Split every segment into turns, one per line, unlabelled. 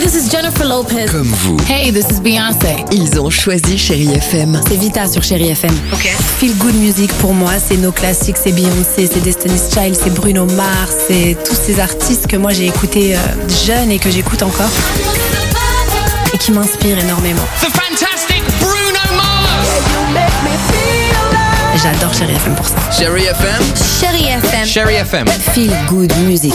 This is Jennifer Lopez.
Comme vous,
Hey, this is Beyoncé.
Ils ont choisi Chérie FM.
C'est Vita sur Chéri FM.
Ok.
Feel Good Music pour moi, c'est nos classiques, c'est Beyoncé, c'est Destiny's Child, c'est Bruno Mars, c'est tous ces artistes que moi j'ai écoutés euh, jeune et que j'écoute encore et qui m'inspirent énormément.
the fantastic Bruno Mars.
J'adore Chérie FM pour ça.
Chérie FM,
Chéri FM.
Chérie FM.
Feel Good Music.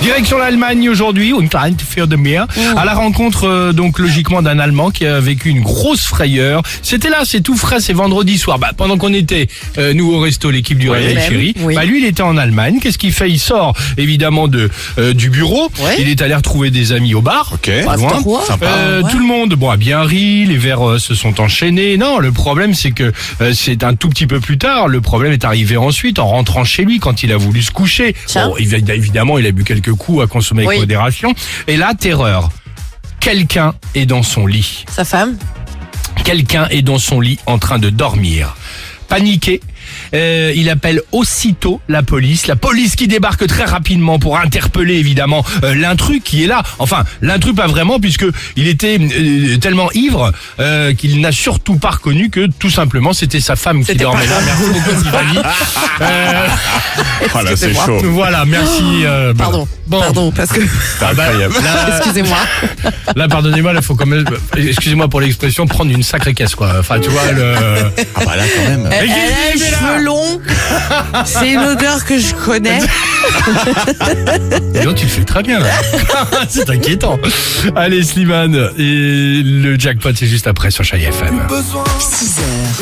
Direction l'Allemagne aujourd'hui, une Fahrt für de Meer,
Mm.
à la rencontre euh, donc logiquement d'un Allemand qui a vécu une grosse frayeur. C'était là, c'est tout frais, c'est vendredi soir. Bah, pendant qu'on était euh, nous au resto, l'équipe du Réveil
même,
Chéri,
oui.
bah, lui il était en Allemagne. Qu'est-ce qu'il fait Il sort évidemment de euh, du bureau.
Ouais.
Il est allé retrouver des amis au bar.
Ok.
pas loin. Euh, Tout le monde, bon, a bien ri, les verres euh, se sont enchaînés. Non, le problème, c'est que euh, c'est un tout petit peu plus tard. Le problème est arrivé ensuite, en rentrant chez lui, quand il a voulu se coucher.
Tiens.
Bon, il a- évidemment, il a bu quelques coups à consommer avec
Oui.
modération. Et là, terreur. Quelqu'un est dans son lit.
Sa femme
Quelqu'un est dans son lit en train de dormir. Paniqué, euh, il appelle aussitôt la police. La police qui débarque très rapidement pour interpeller évidemment euh, l'intrus qui est là. Enfin, l'intrus pas vraiment puisque il était euh, tellement ivre euh, qu'il n'a surtout pas reconnu que tout simplement c'était sa femme qui dormait là. Merci beaucoup, Tiffany. Euh,
Ah là, c'est chaud.
voilà, merci. euh,
Pardon,
Bon.
pardon, parce que...
Ah bah,
Incroyable.
là,
Excusez-moi.
là, pardonnez-moi, là, faut quand même, excusez-moi pour l'expression, prendre une sacrée caisse, quoi. Enfin, tu vois, le...
Ah bah là quand même.
Mais
Elle
qu'est-ce
a les
qu'il fait là
cheveux longs. C'est une odeur que je connais.
Eh.
Dis donc, tu le fais très bien. là. c'est inquiétant. Allez, Slimane. Et le jackpot, c'est juste après sur Chai FM.
6h,